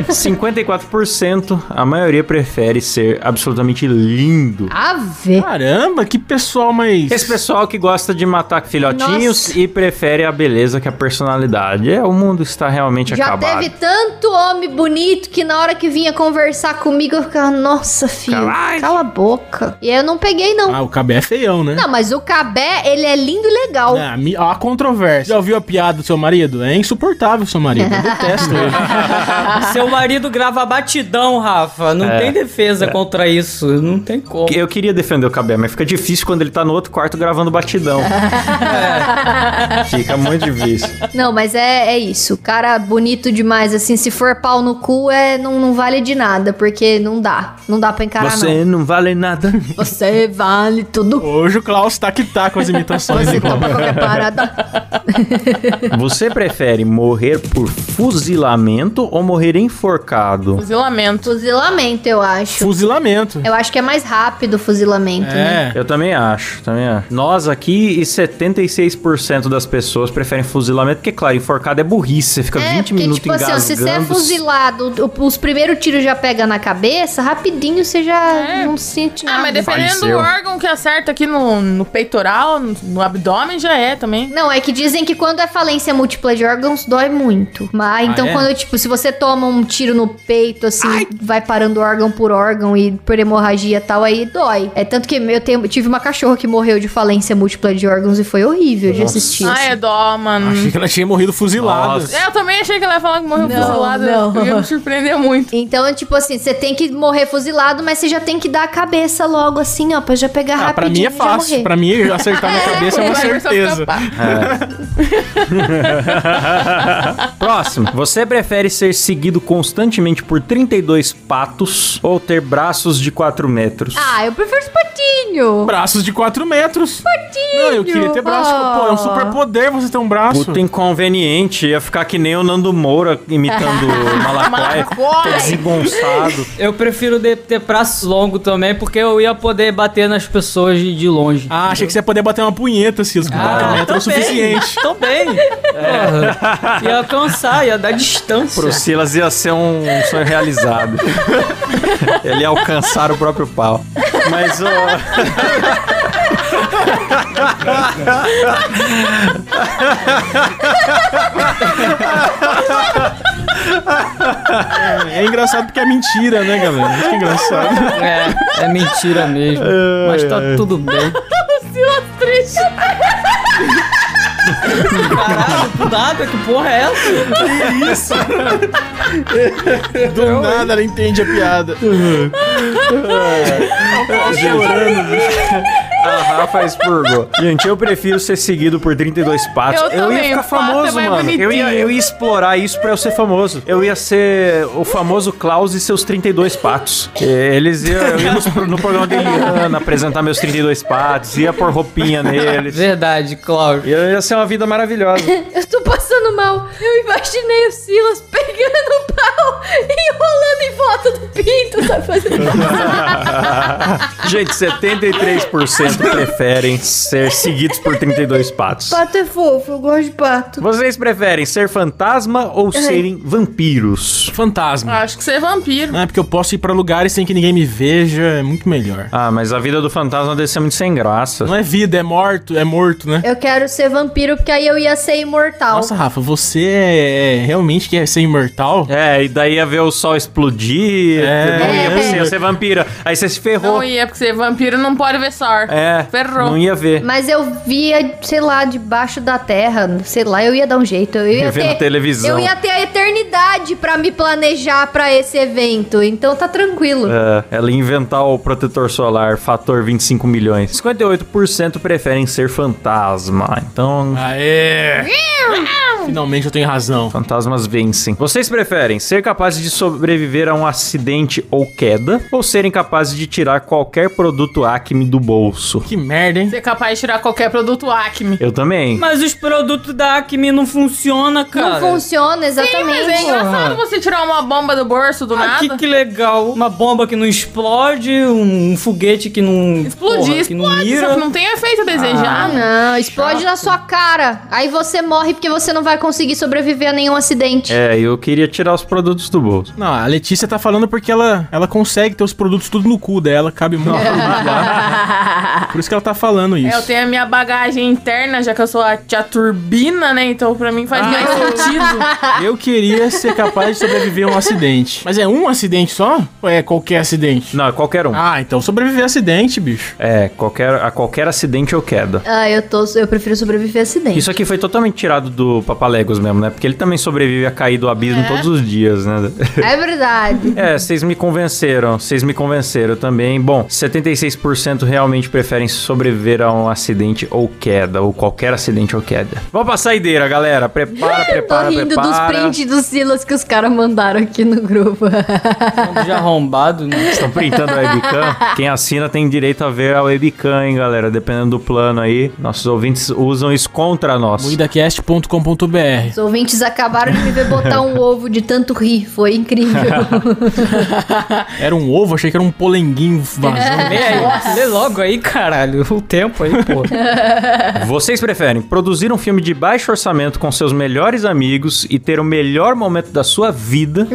A: 54%, a maioria prefere ser absolutamente lindo.
B: Ave.
C: Caramba, que pessoal mais...
A: Esse pessoal que gosta de matar filhotinhos
B: Nossa.
A: e prefere a beleza que a personalidade. É, o mundo está realmente
B: Já
A: acabado.
B: teve tanto homem bonito que na hora que vinha conversar comigo eu ficava, nossa, filho,
A: Caralho.
B: cala a boca. E aí eu não peguei, não.
C: Ah, o Cabé é feião, né?
B: Não, mas o Cabé, ele é lindo e legal.
C: Ah, mi- ó a controvérsia. Já ouviu a piada do seu marido? É insuportável, seu marido. Eu detesto ele.
E: Seu marido grava batidão, Rafa. Não tem defesa contra isso. Não tem como.
A: Eu queria defender o Cabé, mas fica difícil quando ele tá no outro quarto gravando batidão. É, Fica muito difícil.
B: Não, mas é, é isso. O Cara bonito demais, assim, se for pau no cu, é, não, não vale de nada, porque não dá. Ah, Não dá pra encarar,
A: Você não. vale nada.
B: não. Você vale tudo.
C: Hoje o Klaus tá que tá com as imitações.
B: Você
C: hein, Klaus?
B: topa qualquer parada.
A: Você prefere morrer por fuzilamento ou morrer enforcado?
D: Fuzilamento.
B: Fuzilamento, eu acho.
C: Fuzilamento.
B: Eu acho que é mais rápido o fuzilamento, né?
C: É.
A: Eu também acho, também acho. Nós aqui e 76% das pessoas preferem fuzilamento, porque, claro, enforcado é burrice. Você fica 20 minutos
B: tipo assim, ó,
A: engasgando.
B: se você é fuzilado, o- os primeiros tiros já pega na cabeça, rapidinho você já não sente nada.
D: Ah, mas dependendo
A: Faleceu.
D: do órgão que acerta aqui no, no peitoral, no, no abdômen, já é também.
B: Não, é que dizem que quando é falência múltipla de órgãos, dói muito. Mas então,
C: é?
B: quando, tipo, se você toma um tiro no peito, assim, vai parando órgão por órgão e por hemorragia e tal, aí dói. É tanto que eu tenho- tive uma cachorra que morreu de falência múltipla de órgãos e foi horrível de assistir.
D: Ah, é dó, mano.
C: Achei que ela tinha morrido fuzilada.
A: Nossa.
D: É, eu também achei que ela ia falar que morreu
B: Não,
D: fuzilado.
B: não.
D: Ia me surpreender muito.
B: Então, é tipo assim, você tem que morrer fuzilado, mas você já tem que dar a cabeça logo, assim, ó, pra já pegar
C: Ah, pra mim é
B: rapidinho e já
C: fácil.
B: morrer.
C: Pra mim, acertar na cabeça é uma
D: Vai, vai, vai,
C: certeza.
D: vai, vai.
A: Próximo. Você prefere ser seguido constantemente por 32 patos ou ter braços de 4 metros?
B: Ah, eu prefiro os patinhos.
C: Braços de 4 metros. Patinho. Não, eu queria ter braço.
B: Ah.
C: Pô, é um superpoder você ter um braço.
A: Puta inconveniente, ia ficar que nem o Nando Moura imitando o Malacoy,
D: Malacoy.
A: todo desengonçado.
E: Eu prefiro de- ter braço longo também, porque eu ia poder bater nas pessoas de, de longe. Ah,
C: Ah, achei que você ia poder bater uma punheta, Cis. Com 4 metros é o suficiente.
E: Tô bem. Porra. Ia alcançar, ia dar distância.
A: Pro Silas ia ser um sonho realizado. Ele ia alcançar o próprio pau. Mas o.
C: É engraçado porque é mentira, né, galera? Muito que engraçado.
E: É, é mentira mesmo. Mas tá tudo bem.
D: Silas triste.
E: Caralho, do nada, que porra é essa?
C: Do nada ela entende a piada.
A: A Rafa expurgou. Gente, eu prefiro ser seguido por 32 patos.
D: Eu
A: ia
D: também,
A: ficar
D: o pato é
A: famoso,
D: mais
A: mano. Eu ia,
D: bonitinho.
A: eu ia explorar isso pra eu ser famoso. Eu ia ser o famoso Klaus e seus 32 patos. Eles iam, eu ia nos- no, programa dele Eliana apresentar meus 32 patos, ia pôr roupinha neles.
E: Verdade, Cláudio.
A: Ia ia ser uma vida maravilhosa.
B: Eu tô passando mal. Eu imaginei o Silas pegando o pau e enrolando em volta do pinto, sabe? Fazendo...
A: Gente, 73% preferem ser seguidos por 32 patos.
B: Pato é fofo, eu gosto de pato.
A: Vocês preferem ser fantasma ou serem vampiros?
C: Fantasma.
D: Acho que você é vampiro.
C: Ah, porque eu posso ir pra lugares sem que ninguém me veja, é muito melhor.
A: Ah, mas a vida do fantasma deve ser muito sem graça.
C: Não é vida, é morto, é morto, né?
B: Eu quero ser vampiro porque aí eu ia ser imortal.
C: Nossa, Rafa, você é, realmente quer ser imortal?
A: É, e daí ia ver o sol explodir.
C: É.
A: Não ia você,
B: É.
A: ia ser vampira. Aí você se ferrou.
D: Não ia, porque você é vampiro não pode ver sor.
A: É,
D: Ferrou.
A: não ia ver.
B: Mas eu via, sei lá, debaixo da terra, sei lá, eu ia dar um jeito. Eu ia
A: Eu vi
B: ter,
A: na televisão.
B: Eu ia ter a eternidade pra me planejar pra esse evento. Então tá tranquilo.
A: É, ela ia inventar o protetor solar, fator 25 milhões. 58% preferem ser fantasma. Então,
C: Aê!
D: razão.
C: Finalmente eu tenho razão.
A: Fantasmas vencem. Vocês preferem ser capazes de sobreviver a um acidente ou queda ou serem capazes de tirar qualquer produto Acme do bolso?
C: Que merda, hein?
D: Ser capaz de tirar qualquer produto Acme.
A: Eu também.
E: Mas os produtos da Acme não funcionam, cara.
B: Não funciona
D: Sim, mas
B: exatamente.
D: é engraçado você tirar uma bomba do bolso do
E: Ah,
D: nada.
E: que, que legal. Uma bomba que não explode, um, um foguete que não.
D: Explodir,
E: porra, que não
D: explode,
E: mira.
D: só que não tem efeito né?
B: Ah,
D: desejado.
B: não, explode na sua cara. Aí você morre porque você não vai conseguir sobreviver a nenhum acidente.
A: É, eu queria tirar os produtos do bolso.
C: Não, a Letícia tá falando porque ela, ela consegue ter os produtos tudo no cu dela, cabe muito. Por isso que ela tá falando isso.
D: É, eu tenho a minha bagagem interna, já que eu sou a tia turbina, né? Então pra mim faz mais sentido.
C: Eu queria ser capaz de sobreviver a um acidente. Mas é um acidente só? Ou é qualquer acidente?
A: Não, é qualquer um.
C: Ah, então sobreviver a acidente, bicho.
A: É, qualquer, a qualquer acidente ou queda.
B: Ah, eu tô. Eu prefiro sobreviver a acidente.
A: Isso aqui foi totalmente tirado do Papalegos mesmo, né? Porque ele também sobrevive a cair do abismo todos os dias, né?
B: É verdade.
A: É, vocês me convenceram, vocês me convenceram também. Bom, 76% realmente preferem sobreviver a um acidente ou queda, ou qualquer acidente ou queda. Vamos pra saideira, galera. Prepara,
B: Tô
A: prepara,
B: rindo dos
A: prepara.
B: prints dos Silas que os caras mandaram aqui no grupo.
E: Bomba de arrombado, né?
A: Estão printando a webcam. Quem assina tem direito a ver a webcam, hein, galera? Dependendo do plano aí. Nossos ouvintes usam isso contra nós.
C: Muidacast.com.br
B: Os ouvintes acabaram de me ver botar um ovo de tanto rir. Foi incrível.
C: Era um ovo, achei que era um polenguinho vazando.
E: Lê aí, lê logo aí, caralho. O tempo aí, pô.
A: Vocês preferem produzir um filme de baixo orçamento com seus melhores amigos e ter o melhor momento da sua vida?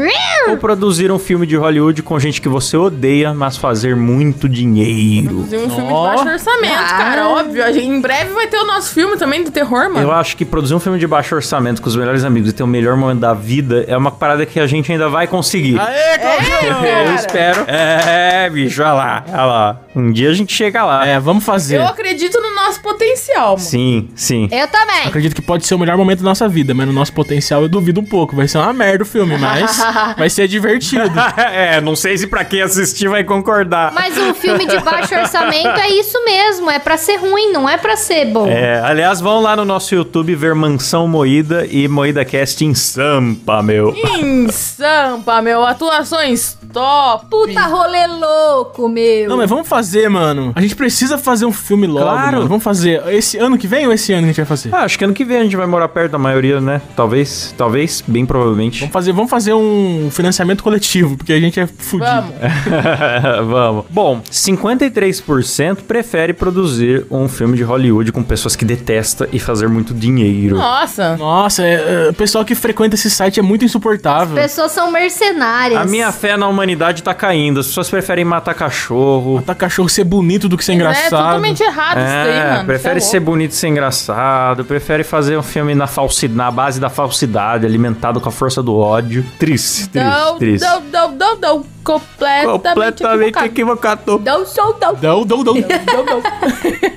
A: ou produzir um filme de Hollywood com gente que você odeia, mas fazer muito dinheiro?
D: Fazer um filme de
C: Ó.
D: baixo orçamento, cara. Óbvio. A gente- em breve vai ter o nosso filme também de terror, mano.
A: Eu acho que produzir um filme de baixo orçamento com os melhores amigos e ter o melhor momento da vida é uma parada que a gente ainda vai conseguir.
C: Aê, campeão!
A: Eu espero. Ah, É, bicho, olha lá, olha lá. Um dia a gente chega lá.
C: É, vamos fazer.
D: Eu acredito no nosso potencial, mano.
A: Sim, sim.
B: Eu também.
C: Acredito que pode ser o melhor momento da nossa vida, mas no nosso potencial eu duvido um pouco. Vai ser uma merda o filme, mas vai ser divertido.
A: é, não sei se pra quem assistir vai concordar.
B: Mas um filme de baixo orçamento é isso mesmo. É pra ser ruim, não é pra ser bom.
A: É, aliás, vão lá no nosso YouTube ver Mansão Moída e Moída Cast em Sampa, meu.
D: Em Sampa, meu. Atuações top.
B: Puta rolê louco, meu.
C: Não, mas vamos fazer, mano. A gente precisa fazer um filme logo.
A: Claro.
C: mano. Vamos fazer esse ano que vem ou esse ano que a gente vai fazer?
A: Ah, acho que ano que vem a gente vai morar perto da maioria, né? Talvez, talvez, bem provavelmente.
C: Vamos fazer, vamos fazer um financiamento coletivo, porque a gente é fudido.
D: Vamos.
A: Vamos. Bom, 53% prefere produzir um filme de Hollywood com pessoas que detesta e fazer muito dinheiro.
D: Nossa.
C: Nossa, é, é, o pessoal que frequenta esse site é muito insuportável.
B: Pessoas são mercenárias.
A: A minha fé na humanidade tá caindo. As pessoas preferem matar cachorro.
C: Tá cachorro ser bonito do que ser
D: É
C: engraçado.
D: totalmente errado isso daí,
A: É,
D: mano.
A: prefere
D: Tá
A: ser
D: louco.
A: bonito e ser engraçado, prefere fazer um filme na falsidade, na base da falsidade, alimentado com a força do ódio. Triste, triste,
D: Não,
A: triste.
D: não, não, não, não. Completamente,
A: Completamente
D: equivocado.
A: equivocado.
D: Não sou, não.
C: Dão, dão, dão. Dão, dão.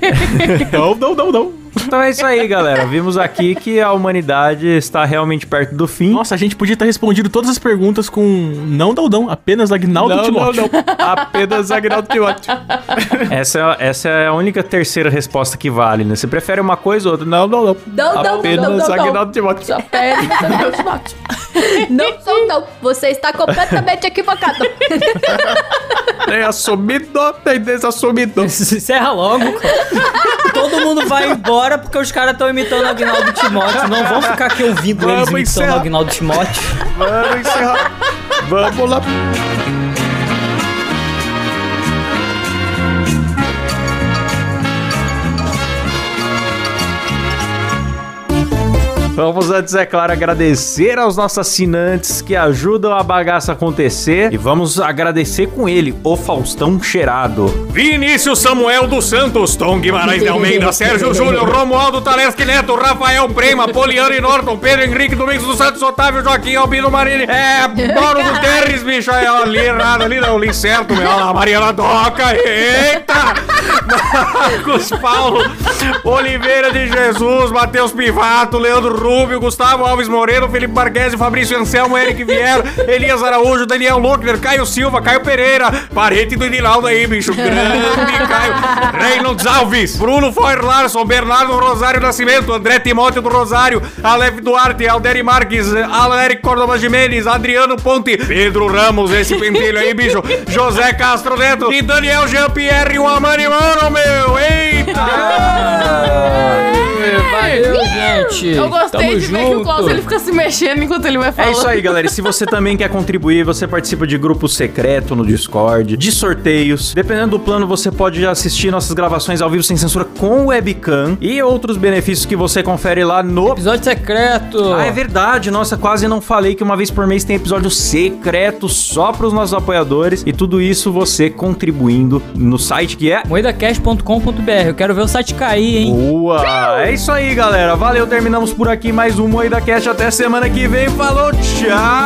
C: Dão, dão, dão, dão.
A: Então é isso aí, galera. Vimos aqui que a humanidade está realmente perto do fim.
C: Nossa, a gente podia ter respondido todas as perguntas com não Daldão, apenas Agnaldo
A: Não,
C: Timóteo.
A: não, Apenas Agnaldo Timóteo. essa, é- essa é a única terceira resposta que vale, né? Você prefere uma coisa ou outra? Não, não, não.
B: Não, não, não,
A: Apenas
B: não, não, não.
A: Agnaldo Timóteo.
D: Sua pele, meu esmalte.
B: Não sou, não. Então, Você está completamente equivocado.
A: Tem É assumido, tem desassumido.
E: Encerra logo, cara. Todo mundo vai embora porque os caras estão imitando o Agnaldo Timóteo. Não vão ficar aqui ouvindo
A: Vamos
E: eles imitando
A: encerrar.
E: o Agnaldo Timóteo.
A: Vamos encerrar. Vamos lá. Vamos antes, é claro, agradecer aos nossos assinantes que ajudam a bagaça acontecer. E vamos agradecer com ele, o Faustão Cheirado. Vinícius Samuel dos Santos, Tom Guimarães de Almeida, Sérgio Júnior, Romualdo Talesque Neto, Rafael Prema, Poliano e Norton, Pedro Henrique, Domingos dos Santos, Otávio Joaquim, Albino Marini, é, Mauro Guterres, bicho, aí, ó, li errado, ali não, li certo, meu, olha lá, Mariana Doca, eita! Marcos Paulo, Oliveira de Jesus, Matheus Pivato, Leandro Rubio, Gustavo Alves Moreira, Felipe Barguese, Fabrício Anselmo, Eric Vieira, Elias Araújo, Daniel Luckner, Caio Silva, Caio Pereira, parente do Edinaldo aí, bicho. Grande Caio. Reynolds Alves, Bruno Foyer Larson, Bernardo Rosário Nascimento, André Timóteo do Rosário, Aleph Duarte, Alderi Marques, Aleric Córdoba Jimenez, Adriano Ponte, Pedro Ramos, esse pentelho aí, bicho. José Castro Neto e Daniel Jean-Pierre, o Amani Mano, meu. Eita!
E: É, Valeu, gente.
D: Eu gostei
E: Tamo
D: de ver que o
E: junto.
D: Klaus ele fica se mexendo enquanto ele vai
A: É
D: falando.
A: isso aí, galera. E se você também quer contribuir, você participa de grupo secreto no Discord, de sorteios. Dependendo do plano, você pode assistir nossas gravações ao vivo sem censura com webcam e outros benefícios que você confere lá no.
E: Episódio secreto.
A: Ah, é verdade. Nossa, quase não falei que uma vez por mês tem episódio secreto só para os nossos apoiadores. E tudo isso você contribuindo no site que é.
E: Moedacast.com.br. Eu quero ver o site cair, hein?
A: Boa! É isso aí, galera. Valeu, terminamos por aqui mais um Moeda Cash. Até semana que vem. Falou, tchau!